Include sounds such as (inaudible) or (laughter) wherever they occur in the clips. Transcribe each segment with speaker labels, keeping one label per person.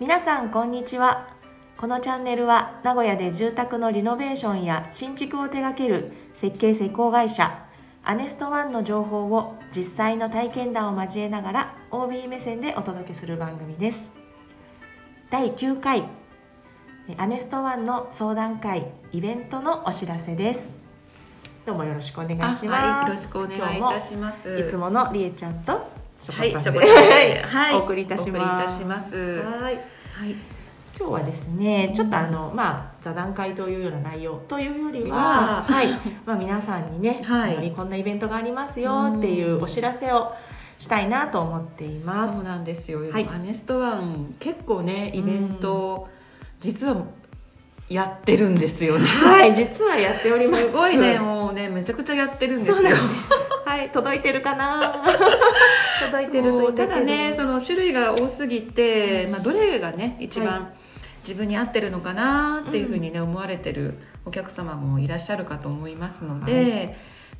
Speaker 1: 皆さんこんにちはこのチャンネルは名古屋で住宅のリノベーションや新築を手掛ける設計施工会社アネストワンの情報を実際の体験談を交えながら OB 目線でお届けする番組です第9回えアネストワンの相談会イベントのお知らせですどうもよろしくお願いします、
Speaker 2: はい、よろしくお願いいたします。
Speaker 1: 今日もいつものりえちゃんとしょこ
Speaker 2: はい、
Speaker 1: たん
Speaker 2: し
Speaker 1: で
Speaker 2: ょこたんではい、
Speaker 1: お送りいたします
Speaker 2: お送りいたします。は
Speaker 1: はい
Speaker 2: い、
Speaker 1: 今日はですねちょっとあの、まあ、座談会というような内容というよりは、
Speaker 2: は
Speaker 1: はいまあ、皆さんにね、
Speaker 2: (laughs) はい
Speaker 1: あのこんなイベントがありますよっていうお知らせをしたいなと思っていま
Speaker 2: そ
Speaker 1: す。
Speaker 2: うなんですよ。
Speaker 1: はい
Speaker 2: アネストワン結構ねイベント、実はやってるんですよね。
Speaker 1: はい、実はやっております。
Speaker 2: すごいね、もうねめちゃくちゃやってるんです
Speaker 1: そう
Speaker 2: よ。
Speaker 1: なんです。はい、届いてるか
Speaker 2: (laughs)
Speaker 1: な。届いてると
Speaker 2: も
Speaker 1: いうい
Speaker 2: た
Speaker 1: けど
Speaker 2: だねその種類が多すぎて、まあ、どれがね一番、自分に合ってるのかなっていうふうにね、思われてるお客様もいらっしゃるかと思いますので、
Speaker 1: はい
Speaker 2: まあ、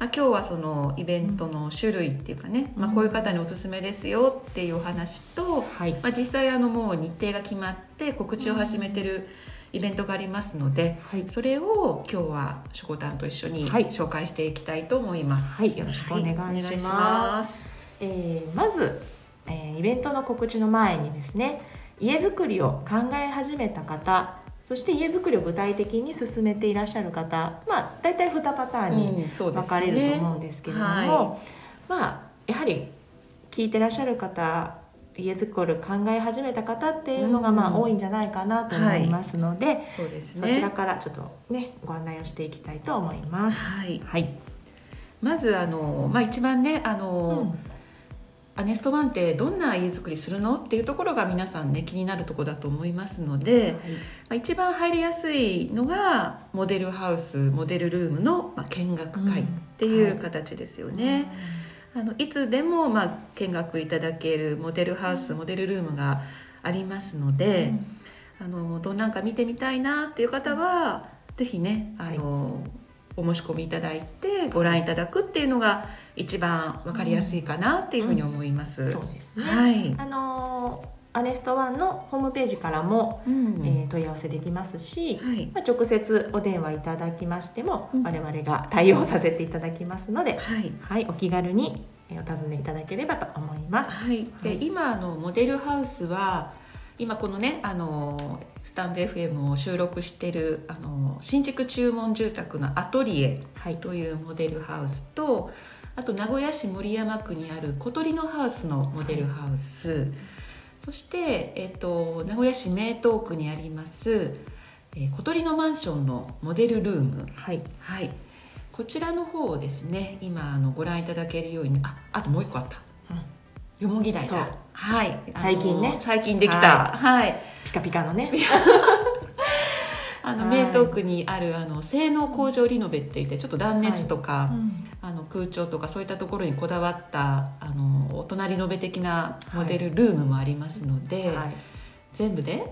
Speaker 2: 今日はそのイベントの種類っていうかね、まあ、こういう方におすすめですよっていうお話と、
Speaker 1: はい、
Speaker 2: まあ、実際あのもう日程が決まって告知を始めてるイベントがありますので、
Speaker 1: はい、
Speaker 2: それを今日はしょこたんと一緒に
Speaker 1: はい
Speaker 2: 紹介していきたいと思います。
Speaker 1: はいよろしくお願いします
Speaker 2: はいお願いします
Speaker 1: えーまず、えーイベントの告知の前にですね家づくりを考え始めた方そして家づくりを具体的に進めていらっしゃる方まあ大体2パターンに
Speaker 2: うんそうで
Speaker 1: 分
Speaker 2: す
Speaker 1: かれると思うん
Speaker 2: ね
Speaker 1: ですけれども、
Speaker 2: はい
Speaker 1: まあやはり聞いてらっしゃる方家づくりを考え始めた方っていうのが
Speaker 2: うん
Speaker 1: まあ多いんじゃないかなと思いますので、
Speaker 2: そうです
Speaker 1: そちら
Speaker 2: ね
Speaker 1: からちょっとねご案内をしていきたいと思います。
Speaker 2: はい、
Speaker 1: はい、
Speaker 2: まずあの、まあ、一番ねあ
Speaker 1: う
Speaker 2: の、
Speaker 1: ん
Speaker 2: アネストワンってどんな家づくりするのっていうところが皆さんね気になるところだと思いますので、まあ、一番入りやすいのがモデルハウスモデルルームの、まあ、見学会っていう形ですよね。あのいつでも、まあ、見学いただけるモデルハウス、モデルルームがありますの
Speaker 1: うん、
Speaker 2: で、あのどんなんか見てみたいなっていう方は、ぜひねあの、お申し込みいただいてご覧いただくっていうのが一番わかりやすいかなっていうふうに思います。
Speaker 1: そうですね、
Speaker 2: はい、
Speaker 1: あのーアネストワンのホームページからも、
Speaker 2: うん
Speaker 1: えー問い合わせできますし、
Speaker 2: はい
Speaker 1: まあ、直接お電話いただきましても、
Speaker 2: うん
Speaker 1: 我々が対応させていただきますので、
Speaker 2: はい
Speaker 1: はい、お気軽にえーお尋ねいただければと思います。
Speaker 2: はい、で、
Speaker 1: はい
Speaker 2: 今あのモデルハウスは今このねあのスタンド FM を収録してるあの新築注文住宅のアトリエ
Speaker 1: はい、
Speaker 2: というモデルハウスとあと名古屋市守山区にある小鳥のハウスのモデルハウス、そして、えっと名古屋市名東区にあります、えー小鳥のマンションのモデルルーム、
Speaker 1: はい、
Speaker 2: はい、こちらの方をですね今あのご覧いただけるようにああともう一個あった。よもぎ台
Speaker 1: そう
Speaker 2: だ。はい。
Speaker 1: 最近ね
Speaker 2: あの最近できた。はい。
Speaker 1: ピカピカのね。
Speaker 2: あの、
Speaker 1: はい
Speaker 2: 名東区にある、あの、性能工場リノベって言って、ちょっと断熱とか、
Speaker 1: うん
Speaker 2: あの、空調とか、そういったところにこだわった、あの、大人リノベ的なモデルルームもありますので、
Speaker 1: はい、
Speaker 2: 全部で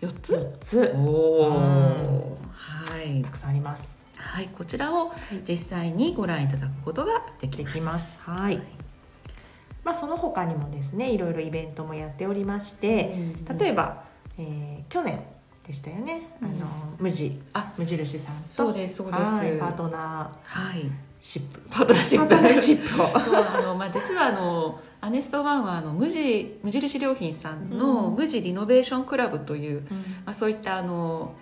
Speaker 2: 4つ
Speaker 1: 四つ
Speaker 2: お
Speaker 1: お
Speaker 2: お。はい
Speaker 1: た。くさんあります。
Speaker 2: はい。こちらを実際にご覧いただくことができ
Speaker 1: で
Speaker 2: ます。
Speaker 1: きます。はい。まあその他にもですね、いろいろイベントもやっておりまして、例
Speaker 2: え
Speaker 1: えば、えー去年でしたよね、
Speaker 2: うん
Speaker 1: あの無地
Speaker 2: あ
Speaker 1: 無印さんと
Speaker 2: そうです、そうです。
Speaker 1: はいパートナー
Speaker 2: はい。
Speaker 1: シップ
Speaker 2: パートナーシップ
Speaker 1: パートナーシッ (laughs) プを
Speaker 2: そうあのまあ、実はあのアネストワンはあの無地無印良品さんの
Speaker 1: うん
Speaker 2: 無地リノベーションクラブという、まあ、そういったあの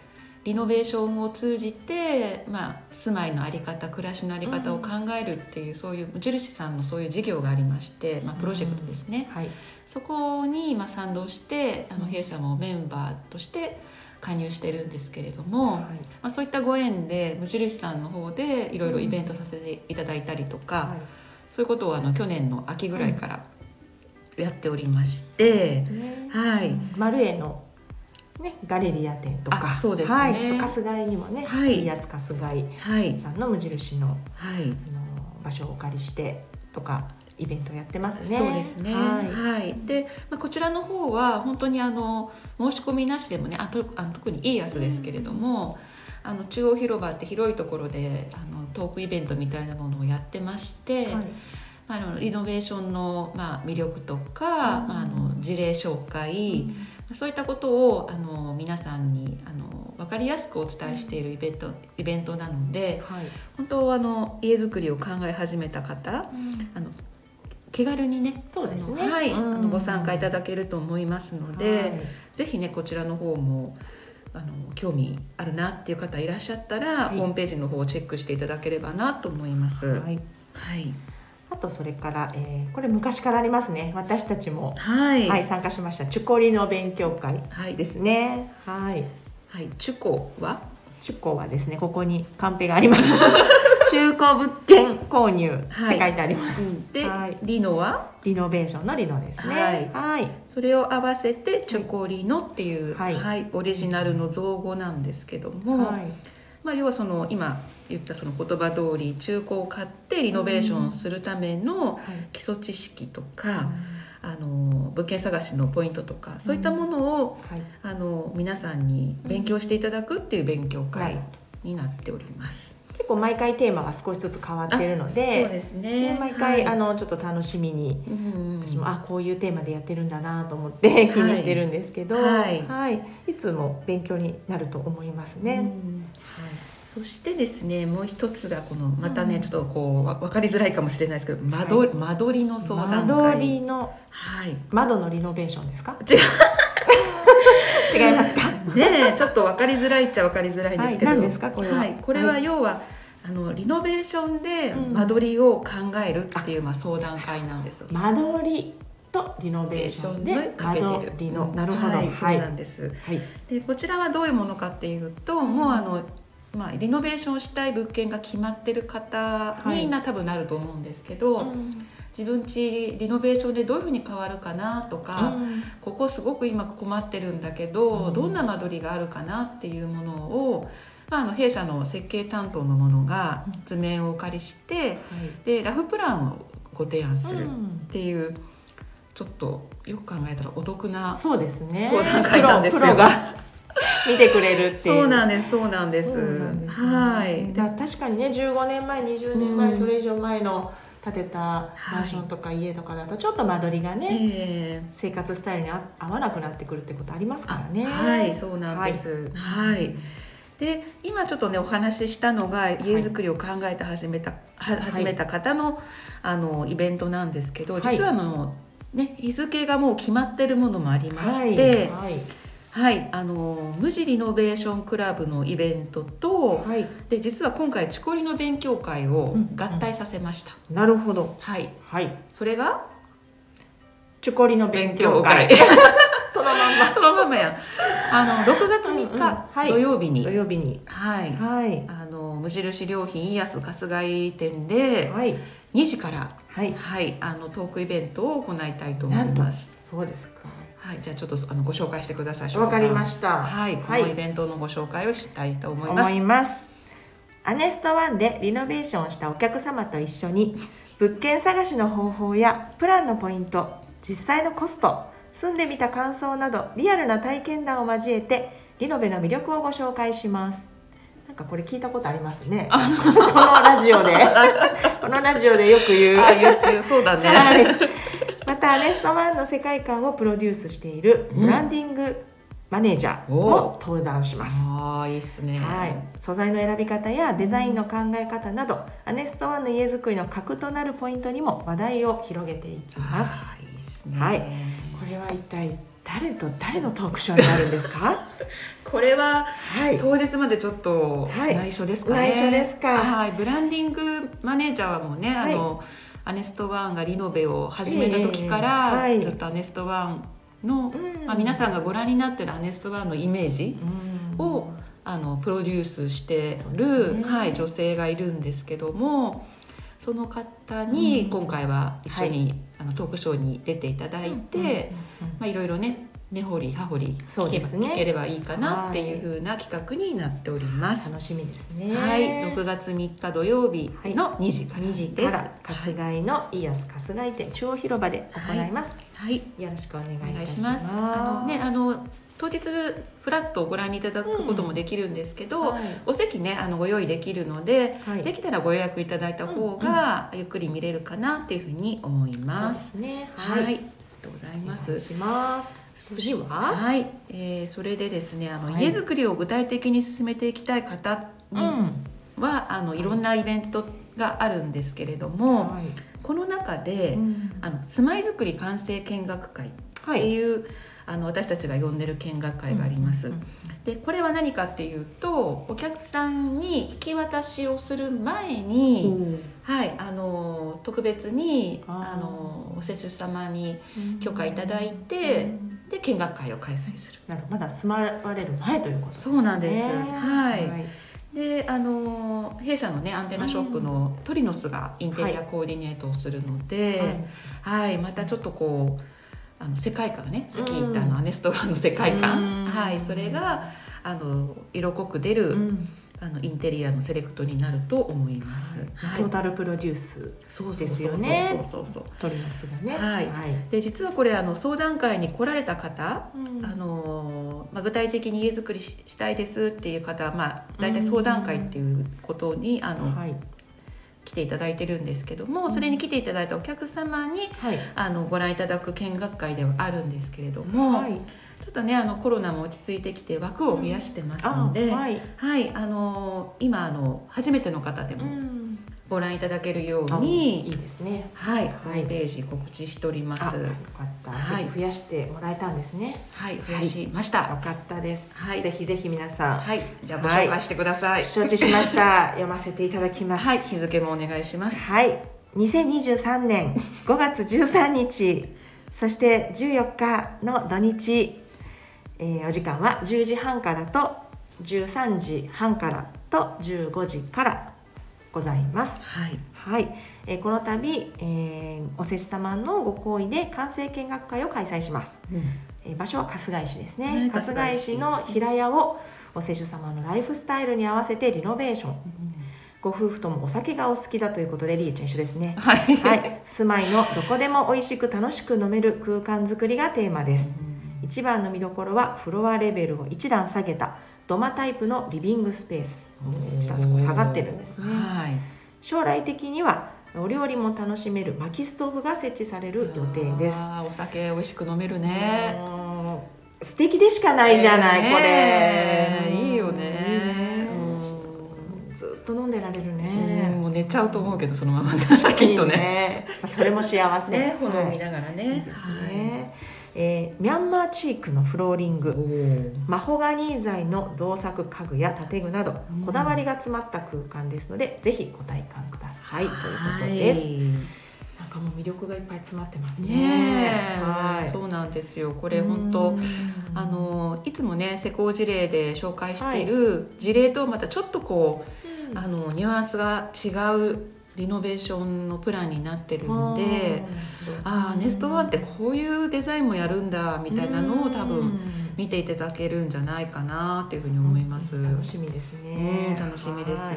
Speaker 2: リノベーションを通じて、まあ、住まいの在り方暮らしの在り方を考えるっていう、そういう無印さんのそういう事業がありまして、まあ、プロジェクトですね、
Speaker 1: はい
Speaker 2: そこにまあ賛同してあ
Speaker 1: う
Speaker 2: の
Speaker 1: ん
Speaker 2: 弊社もメンバーとして加入してるんですけれど
Speaker 1: は
Speaker 2: も、ま
Speaker 1: い
Speaker 2: あ、そういったご縁で無印さんの方でいろいろイベントさせていただいたりとか。そういうことをあの去年の秋ぐらいからやっておりまして、
Speaker 1: ね
Speaker 2: はい、
Speaker 1: マルエのねガレリア店とか
Speaker 2: あそうですね
Speaker 1: はい、と春日井にもね
Speaker 2: はい
Speaker 1: 家康、春日
Speaker 2: はい
Speaker 1: 井、さんの無印の
Speaker 2: はい、
Speaker 1: あの場所をお借りしてとかイベントやってますね
Speaker 2: そうですね。は、
Speaker 1: はい
Speaker 2: で、まあ、こちらの方は本当にあの申し込みなしでもね、あとあの特にいいやつですけれども。あの中央広場って広いところであのトークイベントみたいなものをやってまし
Speaker 1: い
Speaker 2: て、
Speaker 1: はい
Speaker 2: まあ、あのリノベーションの、まあ、魅力とか、
Speaker 1: うん
Speaker 2: まあ、あの事例紹介、そういったことをあの皆さんにあの分かりやすくお伝えしているイベント,、イベントなので
Speaker 1: はい、
Speaker 2: 本当あの家づくりを考え始めた方あの気軽にね
Speaker 1: そうですね
Speaker 2: あのはい、
Speaker 1: うん
Speaker 2: あのご参加いただけると思いますので、
Speaker 1: はい
Speaker 2: ぜひねこちらの方もあの興味あるなっていう方いらっしゃったら、
Speaker 1: はい
Speaker 2: ホームページの方をチェックしていただければなと思います。は、
Speaker 1: はいい、あとそれから、えーこれ昔からありますね私たちも、
Speaker 2: はい
Speaker 1: はい、参加しましたチュコリの勉強会
Speaker 2: はい
Speaker 1: ですねはい
Speaker 2: はい、チュコは
Speaker 1: 中古はですねここにカンペがあり
Speaker 2: (laughs)
Speaker 1: ます中古物件購入って書
Speaker 2: はい
Speaker 1: いてあります、
Speaker 2: で、
Speaker 1: はい
Speaker 2: リノは
Speaker 1: リノベーションのリノですね
Speaker 2: はい
Speaker 1: はい
Speaker 2: それを合わせてチョコリノっていう、
Speaker 1: は
Speaker 2: はいいオリジナルの造語なんですけども、
Speaker 1: はい
Speaker 2: まあ、要はその今言ったその言葉通り中古を買ってリノベーションするための基礎知識とか、あの物件探しのポイントとかそういったものを、
Speaker 1: はい
Speaker 2: あの皆さんに勉強していただくっていう勉強会になっております。
Speaker 1: 結構毎回テーマが少しずつ変わってるので
Speaker 2: そうですね
Speaker 1: ね毎回、
Speaker 2: はい
Speaker 1: あのちょっと楽しみに
Speaker 2: うん
Speaker 1: 私もあこういうテーマでやってるんだなと思って気にしてるんですけど、
Speaker 2: はい
Speaker 1: いいつも勉強になると思います
Speaker 2: うん
Speaker 1: ね。
Speaker 2: はい、そしてですねもう一つがこのまたね、
Speaker 1: うん
Speaker 2: ちょっとこうわ分かりづらいかもしれないですけど間取,、り間取りの相
Speaker 1: 間
Speaker 2: 談会
Speaker 1: 取りの
Speaker 2: はい
Speaker 1: 窓のリノベーションですか？
Speaker 2: 違
Speaker 1: (laughs) 違いますか？
Speaker 2: う (laughs) ねえちょっと分かりづらいっちゃ分かりづらいんですけど、
Speaker 1: はい何ですかこれは
Speaker 2: はいこれ
Speaker 1: は
Speaker 2: はい要は、あのリノベーションで
Speaker 1: うん
Speaker 2: 間取りを考えるっていう、まあ、相談会なんですよ。
Speaker 1: 間取りとリノベーションで間取りの
Speaker 2: うん
Speaker 1: なるほど
Speaker 2: はい、そう
Speaker 1: はい
Speaker 2: なんです、
Speaker 1: はい
Speaker 2: でこちらはどういうものかっていうと、
Speaker 1: ん
Speaker 2: もうあの、まあ、リノベーションしたい物件が決まってる方
Speaker 1: はい
Speaker 2: にな、多分なると思うんですけど、自分家リノベーションでどういうふうに変わるかなとか、ここすごく今困ってるんだけど、
Speaker 1: うん
Speaker 2: どんな間取りがあるかなっていうものを、まあ、あの弊社の設計担当の者が
Speaker 1: うん
Speaker 2: 図面をお借りしてでラフプランをご提案するっていう、ちょっとよく考えたらお得な
Speaker 1: そうですね。
Speaker 2: 相談会なんですよ
Speaker 1: プロプロが見てくれるっていう。
Speaker 2: そうなんですそうなんです
Speaker 1: そうなんですね
Speaker 2: はい
Speaker 1: だから確かにね15年前20年前、
Speaker 2: うん
Speaker 1: それ以上前の建てたマンションとか家とかだとちょっと間取りがね、
Speaker 2: え
Speaker 1: 生活スタイルにあ合わなくなってくるってことあります
Speaker 2: ー
Speaker 1: から
Speaker 2: あ
Speaker 1: ね。
Speaker 2: はいそうなんですはい、で今ちょっとねお話ししたのが家づくりを考えて始めた、は始めた方のあのイベントなんですけ
Speaker 1: は
Speaker 2: ど、
Speaker 1: い
Speaker 2: 実はあのね日付がもう決まってるものもありま
Speaker 1: はい
Speaker 2: して、
Speaker 1: はい
Speaker 2: はい、あの無地リノベーションクラブのイベントと
Speaker 1: はい
Speaker 2: で実は今回チコリの勉強会を
Speaker 1: うん
Speaker 2: 合体させました。
Speaker 1: なるほど
Speaker 2: はい、
Speaker 1: はい
Speaker 2: それが
Speaker 1: チュコリの勉強会 (laughs) そのまんま
Speaker 2: そのままやん。あの6月
Speaker 1: うんう
Speaker 2: 3
Speaker 1: ん
Speaker 2: 日、
Speaker 1: はい
Speaker 2: 土曜日に、
Speaker 1: 土曜日に
Speaker 2: はい、
Speaker 1: はい
Speaker 2: あの無印良品イアス春日井店で
Speaker 1: はい
Speaker 2: 2時から、
Speaker 1: はい
Speaker 2: はい、あのトークイベントを行いたいと思います。
Speaker 1: そうですか
Speaker 2: はい、じゃあちょっとあのご紹介してください。
Speaker 1: わかりました
Speaker 2: はい、こ
Speaker 1: はい
Speaker 2: のイベントのご紹介をしたいと思います。
Speaker 1: 思いますアネストワンでリノベーションしたお客様と一緒に物件探しの方法やプランのポイント実際のコスト住んでみた感想などリアルな体験談を交えてリノベの魅力をご紹介しますなんかこれ聞いたことありますねこのラジオ (laughs) でこのラジオでよく言う
Speaker 2: あ、ゆゆそうだね。
Speaker 1: はい、またアネストワンの世界観をプロデュースしているブランディングマネージャーを登壇します、
Speaker 2: あーいいっすね。
Speaker 1: はい、素材の選び方やデザインの考え方などアネストワンの家づくりの核となるポイントにも話題を広げていきます
Speaker 2: あーいいっすね。
Speaker 1: はいこれは一体誰と誰のトークショーになるんですか
Speaker 2: これは
Speaker 1: (laughs) はい
Speaker 2: 当日までちょっと
Speaker 1: はい
Speaker 2: 内緒ですかね、
Speaker 1: 内緒ですか
Speaker 2: はいブランディングマネージャーはもうね、
Speaker 1: はい
Speaker 2: あのアネストワンがリノベを始めた時か
Speaker 1: ええ
Speaker 2: ら、
Speaker 1: はい
Speaker 2: ずっとアネストワンの、
Speaker 1: うん
Speaker 2: まあ、皆さんがご覧になってるアネストワンのイメージを
Speaker 1: を
Speaker 2: あのプロデュースして
Speaker 1: そう
Speaker 2: る、
Speaker 1: ですね
Speaker 2: はい、女性がいるんですけどもその方に
Speaker 1: うん
Speaker 2: 今回は一緒に、あのトークショーに出ていただいて。まあ、いろいろね根掘り葉掘り
Speaker 1: そ
Speaker 2: 聞
Speaker 1: う
Speaker 2: け,、
Speaker 1: ですね
Speaker 2: 聞ければいいかなっていう風な企画になっております。
Speaker 1: 楽しみですね
Speaker 2: はい、6月3日土曜日の2時から
Speaker 1: 2
Speaker 2: で
Speaker 1: 時か
Speaker 2: す。
Speaker 1: ら春日井のイアス春日井店中央広場で行います、
Speaker 2: はい、
Speaker 1: よろしくお願いい
Speaker 2: お願
Speaker 1: た
Speaker 2: い
Speaker 1: し
Speaker 2: し
Speaker 1: ま
Speaker 2: ますす。あのね、あの当日フラットをご覧いただくこともできるんですけど、
Speaker 1: はい
Speaker 2: お席ねあのご用意できるので、
Speaker 1: はい
Speaker 2: できたらご予約いただいた方がゆっくり見れるかなっていうふうに思い
Speaker 1: そう
Speaker 2: ま。
Speaker 1: ですすね
Speaker 2: はい、とうございま
Speaker 1: お願い
Speaker 2: す。
Speaker 1: します次は、
Speaker 2: はい、えーそれでですねあの、
Speaker 1: はい
Speaker 2: 家づくりを具体的に進めていきたい方には、
Speaker 1: ん
Speaker 2: あのいろんなイベントがあるんですけれども、
Speaker 1: はい
Speaker 2: この中で、
Speaker 1: うん
Speaker 2: あの住まいづくり完成見学会っていう、あの私たちが呼んでる見学会があります。
Speaker 1: うん
Speaker 2: でこれは何かっていうとお客さんに引き渡しをする前に、はい、あの特別に
Speaker 1: あー
Speaker 2: あのお施主様に許可いただいて
Speaker 1: うん
Speaker 2: で見学会を開催する。
Speaker 1: なるほどまだ住まわれる前ということ
Speaker 2: そうなんですはい
Speaker 1: い
Speaker 2: であの弊社のねアンテナショップのトリノスがインテリアコーディネートをするので、はいまたちょっとこうあの世界観ねさっき言ったあ
Speaker 1: うん
Speaker 2: のアネストワンの世界
Speaker 1: うん
Speaker 2: 観、はい、それがあの色濃く出る、
Speaker 1: うん
Speaker 2: あのインテリアのセレクトになると思います。
Speaker 1: トータルプロデュース
Speaker 2: そう
Speaker 1: そ
Speaker 2: そう
Speaker 1: そうそう
Speaker 2: うそう
Speaker 1: そう
Speaker 2: そうそう
Speaker 1: 取りますがね
Speaker 2: はいで実はこれあの相談会に来られた方、
Speaker 1: うん
Speaker 2: あのーまあ、具体的に家づくりししたいですっていう方は、まあ、大体相談会っていうことにあの、
Speaker 1: はい
Speaker 2: 来ていただいてるんですけどもそれに来ていただいたお客様に
Speaker 1: はい
Speaker 2: あのご覧いただく見学会ではあるんですけれども、
Speaker 1: い
Speaker 2: ちょっとねあのコロナも落ち着いてきて枠を増やしてますので、はい
Speaker 1: い
Speaker 2: あのー今あの初めての方で
Speaker 1: う
Speaker 2: も
Speaker 1: ん
Speaker 2: ご覧いただけるよ
Speaker 1: あ
Speaker 2: う
Speaker 1: いい
Speaker 2: に、
Speaker 1: ですね
Speaker 2: はい、
Speaker 1: い
Speaker 2: ホームページ告知しておりま
Speaker 1: あ、
Speaker 2: す。
Speaker 1: よかった、
Speaker 2: はい
Speaker 1: 席増やしてもらえたんですね。
Speaker 2: はい、増やしました。
Speaker 1: よかったです。
Speaker 2: はい
Speaker 1: ぜひぜひ皆さん、
Speaker 2: はい、じゃあご
Speaker 1: はい
Speaker 2: 紹介してください。
Speaker 1: 承知しました。読ませていただきます。
Speaker 2: はい、日付もお願いします。
Speaker 1: はい。2023年5月13日、そして14日の土日、えーお時間は10時半からと13時半からと15時からございます。
Speaker 2: はい、
Speaker 1: はい、えーこの度、えーお施主様のご厚意で完成見学会を開催します、えー場所は春日井市ですね
Speaker 2: ね
Speaker 1: 春日
Speaker 2: 春日
Speaker 1: 井
Speaker 2: 井
Speaker 1: 市
Speaker 2: 市
Speaker 1: の平屋をお施主様のライフスタイルに合わせてリノベーションご夫婦ともお酒がお好きだということでりえちゃん一緒ですね
Speaker 2: はい、
Speaker 1: は、
Speaker 2: (laughs)
Speaker 1: い、住まいのどこでも美味しく楽しく飲める空間づくりがテーマです一番の見どころはフロアレベルを一段下げた土間タイプのリビングスペース一段そこ下がってるんですね
Speaker 2: はい、
Speaker 1: 将来的にはお料理も楽しめる薪ストーブが設置される予定です。
Speaker 2: あーお酒美味しく飲めるね。
Speaker 1: もう素敵でしかないじゃない、
Speaker 2: ね
Speaker 1: これ
Speaker 2: いいよね
Speaker 1: いいね
Speaker 2: う
Speaker 1: ずっと飲んでられる
Speaker 2: うん
Speaker 1: ね
Speaker 2: もう寝ちゃうと思うけど、そのままだシャキッとね。
Speaker 1: まあそれも幸せ
Speaker 2: ね、炎
Speaker 1: は
Speaker 2: 見
Speaker 1: い
Speaker 2: ながら
Speaker 1: いい
Speaker 2: ね。
Speaker 1: ですね、えーミャンマーチークのフローリン
Speaker 2: はい。
Speaker 1: グマホガニー材の造作家具や建具など
Speaker 2: うん
Speaker 1: こだわりが詰まった空間ですので、ぜひご体感くださいというこ
Speaker 2: は
Speaker 1: と
Speaker 2: い
Speaker 1: です。なんかもう魅力がいっぱい詰まってます
Speaker 2: ね
Speaker 1: は
Speaker 2: え、
Speaker 1: い。
Speaker 2: そうなんですよ。こ
Speaker 1: こ
Speaker 2: れ本当。、あのいつもね施工事例で紹介している事例とまたちょっとこう、あのニュアンスが違うリノベーションのプランになってるので、ああネストワンってこういうデザインもやるんだみたいなのを多分見ていただけるんじゃないかなっていうふうに思います。
Speaker 1: 楽しみです
Speaker 2: うん
Speaker 1: ね。
Speaker 2: 楽しみです。
Speaker 1: は
Speaker 2: は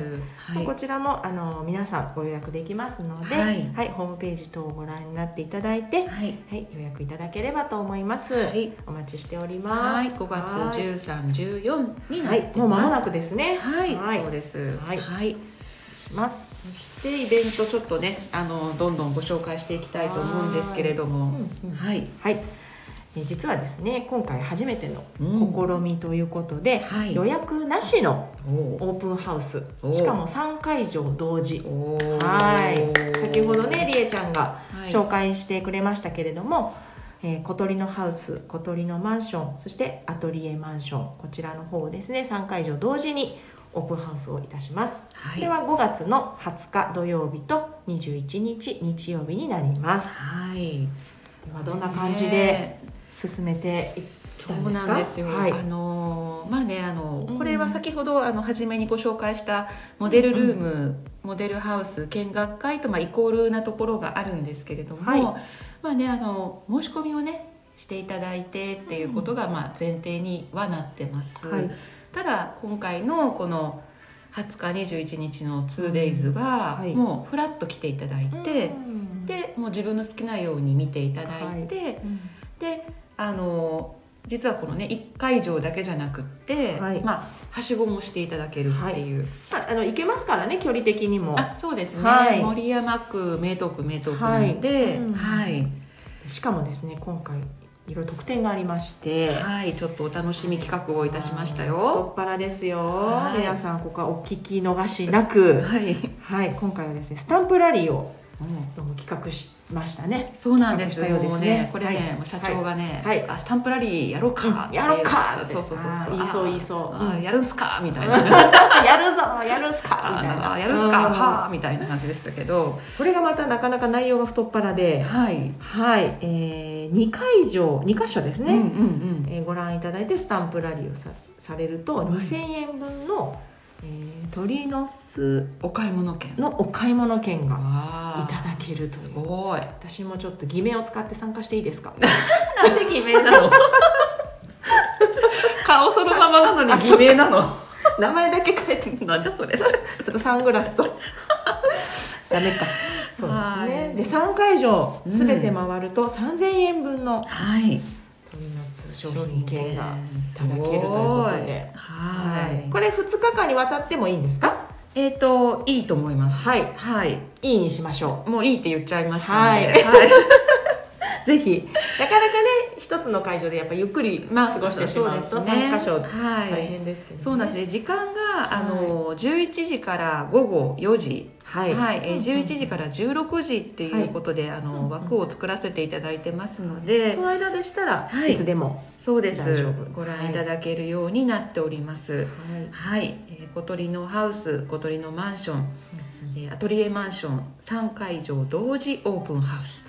Speaker 2: いい
Speaker 1: こちらもあの皆さんご予約できますので、は
Speaker 2: はいい、
Speaker 1: ホームページ等をご覧になっていただいて、
Speaker 2: はい
Speaker 1: はい、予約いただければと思います。
Speaker 2: はい
Speaker 1: お待ちしております。
Speaker 2: はい、5月13、14にな
Speaker 1: は
Speaker 2: っ
Speaker 1: い、
Speaker 2: て
Speaker 1: もう間も
Speaker 2: ま
Speaker 1: な
Speaker 2: す。
Speaker 1: くですね。
Speaker 2: はい、
Speaker 1: はい
Speaker 2: そうです。
Speaker 1: はい
Speaker 2: はい
Speaker 1: します。
Speaker 2: そしてイベントちょっとねあのどんどんご紹介していきたいと思うんですけれども
Speaker 1: うんうん
Speaker 2: はい、
Speaker 1: はい。え実はですね、今回初めての
Speaker 2: 心
Speaker 1: 試みということで、
Speaker 2: はい
Speaker 1: 予約なしの
Speaker 2: お
Speaker 1: オープンハウス
Speaker 2: お
Speaker 1: しかも3会場同時
Speaker 2: お
Speaker 1: はい先ほどねりえちゃんが
Speaker 2: はい
Speaker 1: 紹介してくれましたけれども、えー小鳥のハウス小鳥のマンションそしてアトリエマンションこちらの方をですね3会場同時にオープンハウスをいたします、
Speaker 2: はい
Speaker 1: では5月の20日土曜日と21日日曜日になります
Speaker 2: はい
Speaker 1: ではどんな感じで
Speaker 2: ね
Speaker 1: 進めていき
Speaker 2: そ
Speaker 1: たん
Speaker 2: う
Speaker 1: ですか
Speaker 2: なんですよ、
Speaker 1: はい
Speaker 2: あのーまあねあの
Speaker 1: うん
Speaker 2: これは先ほどあの初めにご紹介したモデルルーム、モデルハウス見学会とまあイコールなところがあるんですけれども、
Speaker 1: はい
Speaker 2: まあねあの申し込みをねしていただいてっていうことがまあ前提にはなってます。
Speaker 1: はい
Speaker 2: ただ今回のこの20日21日の 2days は
Speaker 1: はい
Speaker 2: もうフラッと来ていただいて、
Speaker 1: うん
Speaker 2: でもう自分の好きなように見ていただいて、
Speaker 1: うん
Speaker 2: であの実はこのね1会場だけじゃなくって、
Speaker 1: はい
Speaker 2: まあはしごもしていただけるっていう、
Speaker 1: まあ、あの行けますからね距離的にも
Speaker 2: あそうですね、
Speaker 1: はい
Speaker 2: 森山区名東区名東区なんで、
Speaker 1: はいうん
Speaker 2: はい
Speaker 1: しかもですね今回いろいろ特典がありまして、
Speaker 2: はい、ちょっとお楽しみ企画をいたしました
Speaker 1: 太
Speaker 2: よ。
Speaker 1: っ腹ですよ、
Speaker 2: はい
Speaker 1: 皆さんここはお聞き逃しなく
Speaker 2: はい、
Speaker 1: はい今回はですねスタンプラリーをどうも企画しました
Speaker 2: (laughs)
Speaker 1: ね
Speaker 2: そうなんです。
Speaker 1: 企画したようですね
Speaker 2: もうね、これね、
Speaker 1: はい
Speaker 2: もう社長がね、
Speaker 1: はい
Speaker 2: あスタンプラリーやろうか、
Speaker 1: やろうか
Speaker 2: って
Speaker 1: って
Speaker 2: そうそうそう
Speaker 1: あ
Speaker 2: そ
Speaker 1: ー
Speaker 2: う。
Speaker 1: 言いそう
Speaker 2: あー
Speaker 1: 言いそう
Speaker 2: あー
Speaker 1: うん
Speaker 2: やるんすか
Speaker 1: (laughs)
Speaker 2: みたいな。
Speaker 1: やるぞやるっすか
Speaker 2: あ
Speaker 1: みたい
Speaker 2: ー
Speaker 1: な
Speaker 2: あーやるんすか
Speaker 1: うん
Speaker 2: はあみたいな感じでしたけど、
Speaker 1: これがまたなかなか内容が太っ腹で
Speaker 2: はい。
Speaker 1: はい、えー、2会場2箇所です
Speaker 2: うんうんう
Speaker 1: ね、
Speaker 2: ん。
Speaker 1: えーご覧いただいてスタンプラリーをさされると
Speaker 2: はい
Speaker 1: 2000円分の、えー、鳥の巣
Speaker 2: お買い物券。
Speaker 1: のお買い物券がい
Speaker 2: わ
Speaker 1: ただける
Speaker 2: ー
Speaker 1: と
Speaker 2: す
Speaker 1: いう
Speaker 2: ごい。
Speaker 1: 私もちょっと偽名を使って参加していいですか (laughs)
Speaker 2: なんで偽名なの？ (laughs) 顔そのままなの
Speaker 1: あ
Speaker 2: に偽名なの？ (laughs)
Speaker 1: 名前だけ変えてち
Speaker 2: なんじゃそれ。
Speaker 1: ょっとサングラスと (laughs) ダメかそうです
Speaker 2: は
Speaker 1: ね
Speaker 2: い
Speaker 1: で3会場
Speaker 2: うん
Speaker 1: すべて回ると3000円分の
Speaker 2: はい。
Speaker 1: 鳥の巣商品券がい
Speaker 2: い
Speaker 1: ただけるということで
Speaker 2: はい。
Speaker 1: これ2日間にわたってもいいんですか
Speaker 2: えっ、といいと思います。
Speaker 1: はい
Speaker 2: はい。
Speaker 1: いいにしましょう
Speaker 2: もういいって言っちゃいました
Speaker 1: は
Speaker 2: ね。
Speaker 1: い
Speaker 2: はい。
Speaker 1: ぜひなかなかね一つの会場でやっぱゆっく
Speaker 2: (laughs)
Speaker 1: り
Speaker 2: まあ
Speaker 1: 過ごしてしまう
Speaker 2: そ
Speaker 1: と
Speaker 2: うですね
Speaker 1: 3箇所
Speaker 2: はい
Speaker 1: 大変ですけどね、
Speaker 2: そうなんですね。時間があの十一時から午後四時。
Speaker 1: は
Speaker 2: はいい、え十一時から十六時っていうことで、あ
Speaker 1: うんうん
Speaker 2: の枠を作らせていただいてますので、
Speaker 1: その間でしたら、、
Speaker 2: はいい
Speaker 1: つでも、
Speaker 2: そうです
Speaker 1: 大丈夫。
Speaker 2: ご覧いただけるようになっておりま
Speaker 1: は
Speaker 2: す。
Speaker 1: い
Speaker 2: はい、えー小鳥のハウス、小鳥のマンション、えーアトリエマンション三会場同時オープンハウス。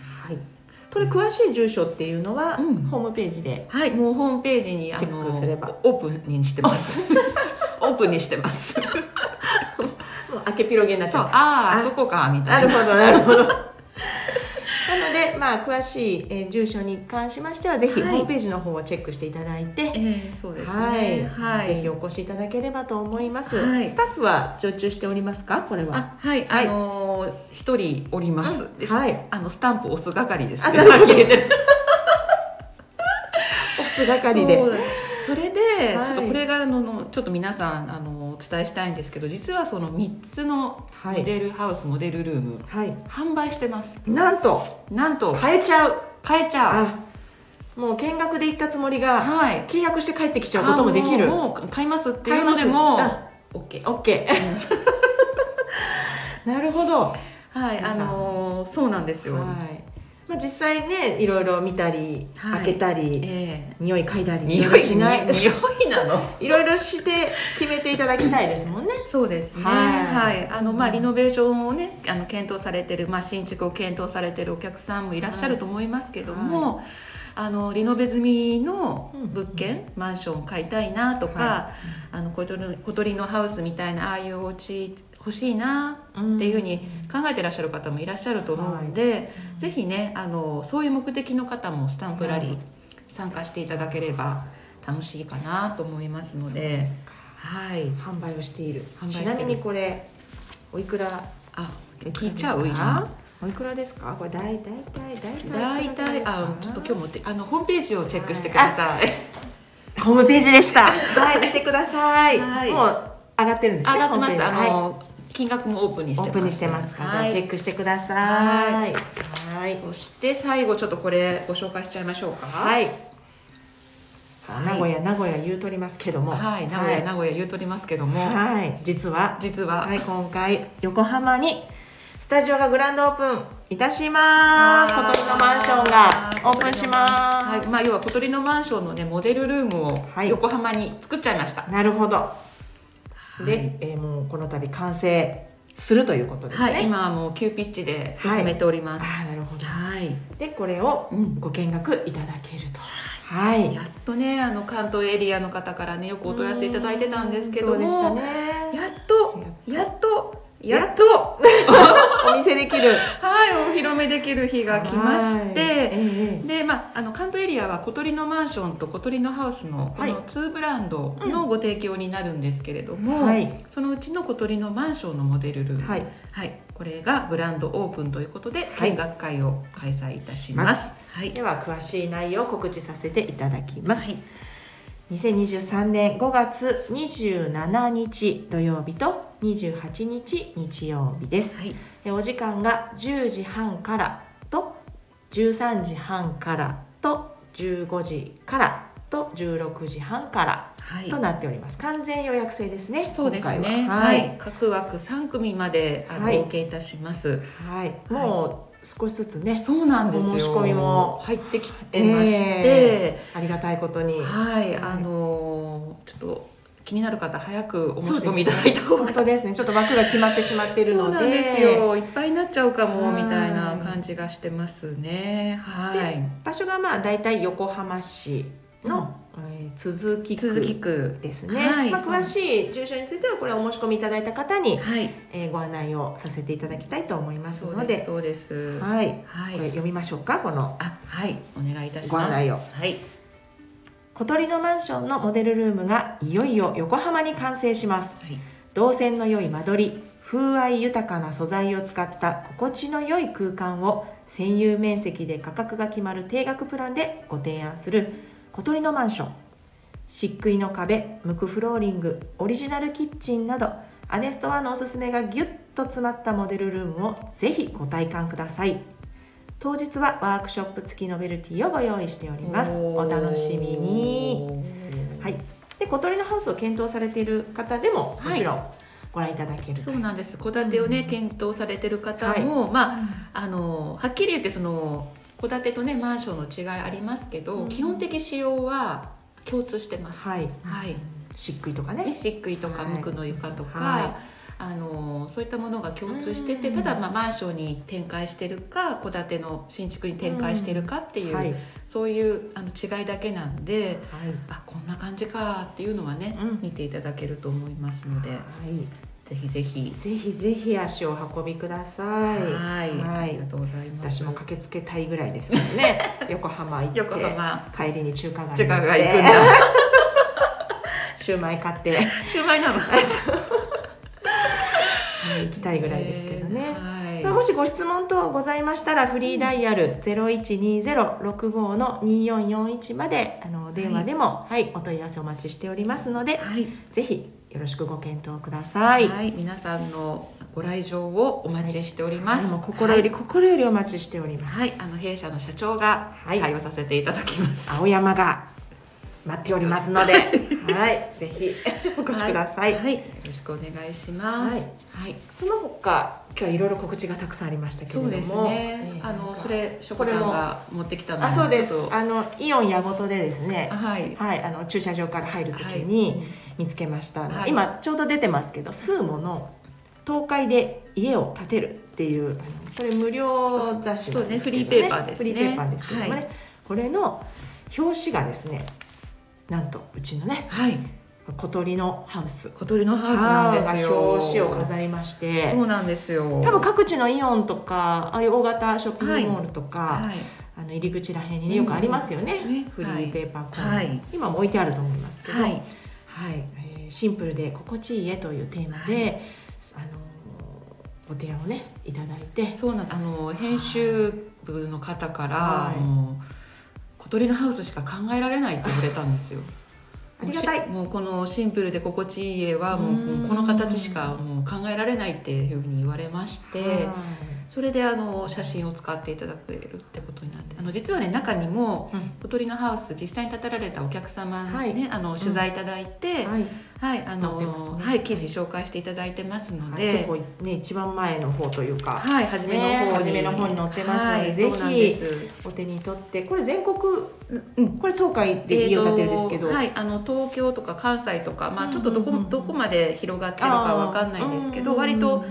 Speaker 1: これ詳しい住所っていうのは、
Speaker 2: うん
Speaker 1: ホームページで
Speaker 2: はい、もうホームページにあ
Speaker 1: チェックすれば
Speaker 2: のオープンにしてます。 (laughs) オープンにし
Speaker 1: (laughs)
Speaker 2: てます。そう、
Speaker 1: もう開け広げになっちゃっ
Speaker 2: あ
Speaker 1: あ
Speaker 2: あ、そこかみ
Speaker 1: たな
Speaker 2: たい
Speaker 1: る
Speaker 2: な。
Speaker 1: ほどなるほど (laughs) なのでまあ詳しい、えー住所に関しましてはぜひ
Speaker 2: はい
Speaker 1: ホームページの方をチェックしていただいて、
Speaker 2: ええそうです
Speaker 1: はい、
Speaker 2: ね。はい、
Speaker 1: ぜひお越しいただければと思います、
Speaker 2: はい
Speaker 1: スタッフは常駐しておりますかこれは
Speaker 2: あ、はい、
Speaker 1: は
Speaker 2: あ
Speaker 1: い
Speaker 2: のー一人おります。です
Speaker 1: はい
Speaker 2: あのスタンプ押す係です
Speaker 1: あ
Speaker 2: ね。
Speaker 1: なるほど
Speaker 2: (laughs) 消えてる
Speaker 1: 押す係で
Speaker 2: そうそれで、
Speaker 1: はい
Speaker 2: ちょっとこれがあのちょっと皆さんあのお伝えしたいんですけど実はその3つの
Speaker 1: はい
Speaker 2: モデルハウス、モデルルーム
Speaker 1: はい
Speaker 2: 販売してます
Speaker 1: なんと
Speaker 2: なんと
Speaker 1: 変えちゃう
Speaker 2: 買えちゃう
Speaker 1: あもう見学で行ったつもりが
Speaker 2: はい
Speaker 1: 契約して帰ってきちゃうこともでき
Speaker 2: あ
Speaker 1: る
Speaker 2: もうもう買いますっていうのでも
Speaker 1: 買いま
Speaker 2: OK
Speaker 1: オッケー (laughs) なるほど、は
Speaker 2: はいあのーそうなんです
Speaker 1: い
Speaker 2: よ、
Speaker 1: まあ、実際ねいろいろ見たり、
Speaker 2: はい
Speaker 1: 開けたり
Speaker 2: え
Speaker 1: 匂い嗅いだ
Speaker 2: え
Speaker 1: り
Speaker 2: 匂
Speaker 1: ろろ
Speaker 2: い
Speaker 1: しない
Speaker 2: (laughs) 匂いなの
Speaker 1: (laughs) いろいろして決めていただきたいですもんね
Speaker 2: そうですね
Speaker 1: は
Speaker 2: はいい、あのまあリノベーションをねあの検討されてる、まあ、新築を検討されてるお客さんもいらっしゃると思いますけども、あのリノベ済みの物件、マンションを買いたいなとか、
Speaker 1: は
Speaker 2: あの小鳥の小鳥のハウスみたいなああいうお家欲しいなっていうふうに考えてらっしゃる方もいらっしゃると思うので、ぜひねあのそういう目的の方もスタンプラリ
Speaker 1: は
Speaker 2: ー参加していただければ楽しいかなと思いますの
Speaker 1: そう
Speaker 2: で。
Speaker 1: ですか
Speaker 2: はい、
Speaker 1: 販売をしている
Speaker 2: 販売し
Speaker 1: ち
Speaker 2: て
Speaker 1: な
Speaker 2: る
Speaker 1: みにこれおいくら
Speaker 2: あ
Speaker 1: おいくら
Speaker 2: 聞いちゃう
Speaker 1: ですか
Speaker 2: 今
Speaker 1: おいくらですかこれだいだいたいだいたい
Speaker 2: 大体あちょっと今日持ってあのホームページをチェックしてください。
Speaker 1: 日ホームページでしたはい見てください、
Speaker 2: はい
Speaker 1: もう上がってるんですね
Speaker 2: (laughs) 上がっ
Speaker 1: ホーム
Speaker 2: てま
Speaker 1: ペ
Speaker 2: す。
Speaker 1: ー
Speaker 2: あ
Speaker 1: ジはい
Speaker 2: の、金額もオープンにして
Speaker 1: オ
Speaker 2: ま
Speaker 1: ー
Speaker 2: す。
Speaker 1: プンにしてますか、
Speaker 2: はい、
Speaker 1: じゃあチェックしてくださいはい
Speaker 2: そして最後ちょっとこれご紹介しちゃいましょうか。。
Speaker 1: はいいさあ名古屋名古屋言うとりますけども
Speaker 2: はい、名古屋、名古屋言うとりますけども、
Speaker 1: はい、はい実は
Speaker 2: 実は、
Speaker 1: はい、今回横浜にスタジオがグランドオープンいたします。小鳥のマンションがオープンしま
Speaker 2: はい、まあ要は小鳥のマンションのねモデルルームを
Speaker 1: はい
Speaker 2: 横浜に作っちゃいました。
Speaker 1: す。なるほど。
Speaker 2: はい
Speaker 1: で、えーもうこの度完成するということですね。
Speaker 2: はい、今はもう急ピッチで進めておりま
Speaker 1: あ
Speaker 2: す。
Speaker 1: ーなるほど。
Speaker 2: はい
Speaker 1: で、これを
Speaker 2: うん
Speaker 1: ご見学いただけると。はい。
Speaker 2: やっとねあの関東エリアの方からねよくお問い合わせいただいてたんですけども、
Speaker 1: そうでしたね。
Speaker 2: やっとやっと
Speaker 1: や
Speaker 2: や
Speaker 1: っ
Speaker 2: っと
Speaker 1: お見せできる
Speaker 2: はいお披露目できる日が来まし
Speaker 1: はいえ
Speaker 2: て。
Speaker 1: え
Speaker 2: でまあ、あの関東エリアは小鳥のマンションと小鳥のハウスのこ
Speaker 1: は
Speaker 2: の2ブランドのご提供になるんですけれども、
Speaker 1: はい
Speaker 2: そのうちの小鳥のマンションのモデルルーム、
Speaker 1: はい
Speaker 2: はいこれがブランドオープンということで
Speaker 1: はい
Speaker 2: 見学会を開催いたします。はい
Speaker 1: では詳しい内容を告知させていただきます。
Speaker 2: はい
Speaker 1: 2023年5月27日土曜日と28日日曜日です
Speaker 2: はい
Speaker 1: えお時間が10時半からと13時半からと15時からと16時半から
Speaker 2: はい
Speaker 1: となっております、完全予約制ですね
Speaker 2: そうですね
Speaker 1: 今回は
Speaker 2: は、
Speaker 1: はいい、
Speaker 2: 各枠三組まであの、
Speaker 1: はい
Speaker 2: お受けいたします
Speaker 1: はいもう少しずつね
Speaker 2: そうなんですよ
Speaker 1: お申し込みも入ってき
Speaker 2: 出まして、
Speaker 1: ありがたいことに
Speaker 2: はいあのーちょっと気になる方早くお申し込みいただいた方が
Speaker 1: 本当ですねちょっと枠が決まってしまっているので
Speaker 2: そうなんですよいっぱいになっちゃうかも
Speaker 1: はい
Speaker 2: みたいな感じがしてますねはい
Speaker 1: 場所がまあ大体横浜市の、えー鈴木
Speaker 2: 続き
Speaker 1: 区
Speaker 2: く
Speaker 1: ですね、
Speaker 2: はい
Speaker 1: まあ、
Speaker 2: そう
Speaker 1: 詳しい住所についてはこれはお申し込みいただいた方に、
Speaker 2: はい
Speaker 1: えーご案内をさせていただきたいと思います
Speaker 2: そう
Speaker 1: の
Speaker 2: です
Speaker 1: で
Speaker 2: そうですは
Speaker 1: はい、これ
Speaker 2: い
Speaker 1: 読みましょうかこの
Speaker 2: あはいお願いいたします
Speaker 1: ご案内を
Speaker 2: はい
Speaker 1: 小鳥のマンションのモデルルームがいよいよ横浜に完成します
Speaker 2: はい
Speaker 1: 動線の良い間取り風合い豊かな素材を使った心地の良い空間を占有面積で価格が決まる定額プランでご提案する小鳥のマンション漆喰の壁無垢フローリングオリジナルキッチンなどアネストワのおすすめがギュッと詰まったモデルルームをぜひご体感ください当日はワークショップ付きノベルティをご用意しておりますお楽しみにはい、で小鳥のハウスを検討されている方でも
Speaker 2: はい
Speaker 1: もちろんご覧いただけると
Speaker 2: そ
Speaker 1: いう
Speaker 2: なんです戸建てをね、
Speaker 1: うん
Speaker 2: 検討されてる方も、まああのはっきり言ってその戸建てとねマンションの違いありますけど、
Speaker 1: うん
Speaker 2: 基本的仕様は共通してます、
Speaker 1: はい、
Speaker 2: はい
Speaker 1: 漆喰とか
Speaker 2: ね、
Speaker 1: ね、
Speaker 2: 漆喰とか
Speaker 1: はい
Speaker 2: 無垢の床とか、
Speaker 1: は
Speaker 2: あのそういったものが共通してて、
Speaker 1: うん
Speaker 2: ただ、まあ、マンションに展開してるか戸建ての新築に展開してるかっていう、
Speaker 1: はい、
Speaker 2: そういうあの違いだけなんで
Speaker 1: はい
Speaker 2: あこんな感じかっていうのはね、
Speaker 1: うん
Speaker 2: 見ていただけると思いますので、
Speaker 1: は
Speaker 2: ぜひぜひ
Speaker 1: い、。ぜひぜひ足を運びください。
Speaker 2: はい、
Speaker 1: は
Speaker 2: ありが
Speaker 1: い、
Speaker 2: とうございます。
Speaker 1: 私も駆けつけたいぐらいですけど
Speaker 2: (laughs)
Speaker 1: ね、横浜行って、
Speaker 2: 横浜
Speaker 1: 帰りに中華街
Speaker 2: 中華街行くん
Speaker 1: 行っ
Speaker 2: だ。
Speaker 1: てシュウマイ買って、は
Speaker 2: シュウマイなの。
Speaker 1: い行きたいぐらいですけどね。
Speaker 2: はい。
Speaker 1: まあもしご質問等ございましたらフリーダイヤル0120-65の2441まであのお電話でも、はいお問い合わせお待ちしておりますので
Speaker 2: はい。
Speaker 1: ぜひよろしくご検討ください。
Speaker 2: はい皆さんのご来場をお待ちしております。
Speaker 1: もう心より、心よりお待ちしております。
Speaker 2: はい、はい、あの弊社の社長が
Speaker 1: はい
Speaker 2: 対応させていただきます。
Speaker 1: 青山が待っておりますので、はいぜひお越しください。
Speaker 2: はい、よろしくお願いします。
Speaker 1: は
Speaker 2: はいい。
Speaker 1: その他今日はいろいろ告知がたくさんありましたけれ
Speaker 2: そ
Speaker 1: ど
Speaker 2: う
Speaker 1: も、
Speaker 2: ですね。あのそれしょこちゃんが持ってきたの
Speaker 1: あそうです
Speaker 2: ちょっと
Speaker 1: あのイオン矢事でですね
Speaker 2: あ。はい。
Speaker 1: はい、あの駐車場から入るとき
Speaker 2: はい
Speaker 1: に見つけました、
Speaker 2: はい
Speaker 1: 今ちょうど出てますけどスーモの「東海で家を建てる」っていうあのこれ無料雑誌なんですけど
Speaker 2: そうねフリーペーパーですね
Speaker 1: フリーペーパーですけどもね、
Speaker 2: は
Speaker 1: これの表紙がですねなんとうちのね
Speaker 2: はい。
Speaker 1: 小鳥のハウス
Speaker 2: 小鳥のハウスなんです
Speaker 1: が
Speaker 2: よ。
Speaker 1: 表紙を飾りまして
Speaker 2: そうなんですよ。
Speaker 1: 多分各地のイオンとかああいう大型ショッピングモールとか、
Speaker 2: はい。
Speaker 1: あの入り口らへんにねよくありますよね,、
Speaker 2: うんね
Speaker 1: フリーペーパーコーナー、
Speaker 2: はい
Speaker 1: 今も置いてあると思いますけど、
Speaker 2: はい。
Speaker 1: はい、えーシンプルで心地いい絵というテーマで、あのーご提案をねいただいて、
Speaker 2: そうなんあの編集部の方から、
Speaker 1: はい
Speaker 2: もう小鳥のハウスしか考えられないって言われたんですよ。
Speaker 1: ありがたい
Speaker 2: もうしもうこのシンプルで心地いい絵はもう
Speaker 1: うん
Speaker 2: もうこの形しかもう考えられないっていうふうに言われまして
Speaker 1: は
Speaker 2: それであの写真を使っていただけるってことになってあの実はね中にも
Speaker 1: い
Speaker 2: 小鳥のハウス実際に建てられたお客様
Speaker 1: はい
Speaker 2: にね、あの取材いただいて、
Speaker 1: はい
Speaker 2: はい
Speaker 1: 載
Speaker 2: あ
Speaker 1: ってます
Speaker 2: の、
Speaker 1: ね
Speaker 2: はい記事紹介していただいてますので、
Speaker 1: 結構ね一番前の方というか、
Speaker 2: はい、初めの方に、
Speaker 1: ね初めの方に載ってますので
Speaker 2: はい
Speaker 1: ぜひ
Speaker 2: そうなんです
Speaker 1: お手に取ってこれ全国
Speaker 2: うん、
Speaker 1: これ東海で家を建てるんですけど、
Speaker 2: えーとはい、あの東京とか関西とか、まあ、ちょっとどこ、
Speaker 1: うんうんうん
Speaker 2: どこまで広がってるかわかんないですけど、割と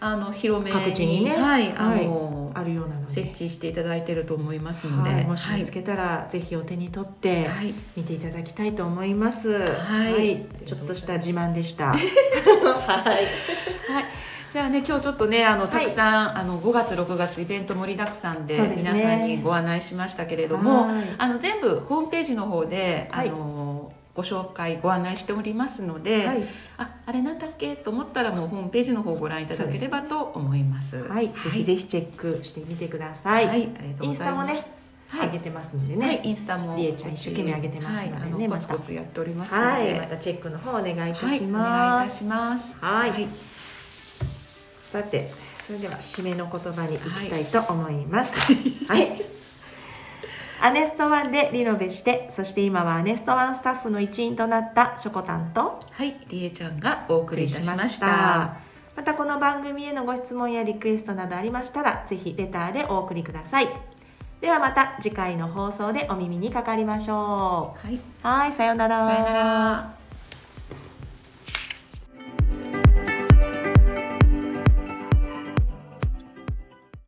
Speaker 2: あの広めに
Speaker 1: 各地にね
Speaker 2: はい、あの、
Speaker 1: あるようなので
Speaker 2: 設置していただいてると思いますので、
Speaker 1: はい、もし見つけたら、ぜひお手に取って
Speaker 2: はい
Speaker 1: 見ていただきたいと思います。
Speaker 2: はい
Speaker 1: ちょっとした自慢でした。 (laughs) はい、
Speaker 2: はいじゃあね今日ちょっとねあの
Speaker 1: い
Speaker 2: たくさん、あの5月6月イベント盛りだくさんで
Speaker 1: そうですね
Speaker 2: 皆さんにご案内しましたけれども、
Speaker 1: はい
Speaker 2: あの全部ホームページの方で、
Speaker 1: はい
Speaker 2: あのご紹介ご案内しておりますので、
Speaker 1: はい
Speaker 2: ああれなんだっけと思ったらもうホームページの方をご覧いただければと思います。
Speaker 1: はい、ぜひぜひチェックしてみてくださ。
Speaker 2: はいい、はいありがとう
Speaker 1: イ
Speaker 2: ご
Speaker 1: ンス
Speaker 2: ざい
Speaker 1: タも
Speaker 2: ます。
Speaker 1: ね、
Speaker 2: はい
Speaker 1: 上げてますので
Speaker 2: はい
Speaker 1: ね。
Speaker 2: インスタも
Speaker 1: りえちゃん一生懸命上げてますのでね
Speaker 2: はい、あの
Speaker 1: ま
Speaker 2: コ
Speaker 1: た
Speaker 2: ツコツやっておりますので、
Speaker 1: はい、またチェックの方お願いいた
Speaker 2: はい
Speaker 1: し
Speaker 2: お願いい
Speaker 1: ま
Speaker 2: た
Speaker 1: す。
Speaker 2: します。
Speaker 1: はいさて、それでは締めの言葉に行きたいと思います。はい、アネストワンでリノベしてそして今はアネストワンスタッフの一員となったしょこたんと
Speaker 2: はい、りえちゃんがお
Speaker 1: お
Speaker 2: 送りいたしました。
Speaker 1: またこの番組へのご質問やリクエストなどありましたらぜひレターでお送りくださいではまた次回の放送でお耳にかかりましょ
Speaker 2: はい、
Speaker 1: うはいさようなら
Speaker 2: さよなら。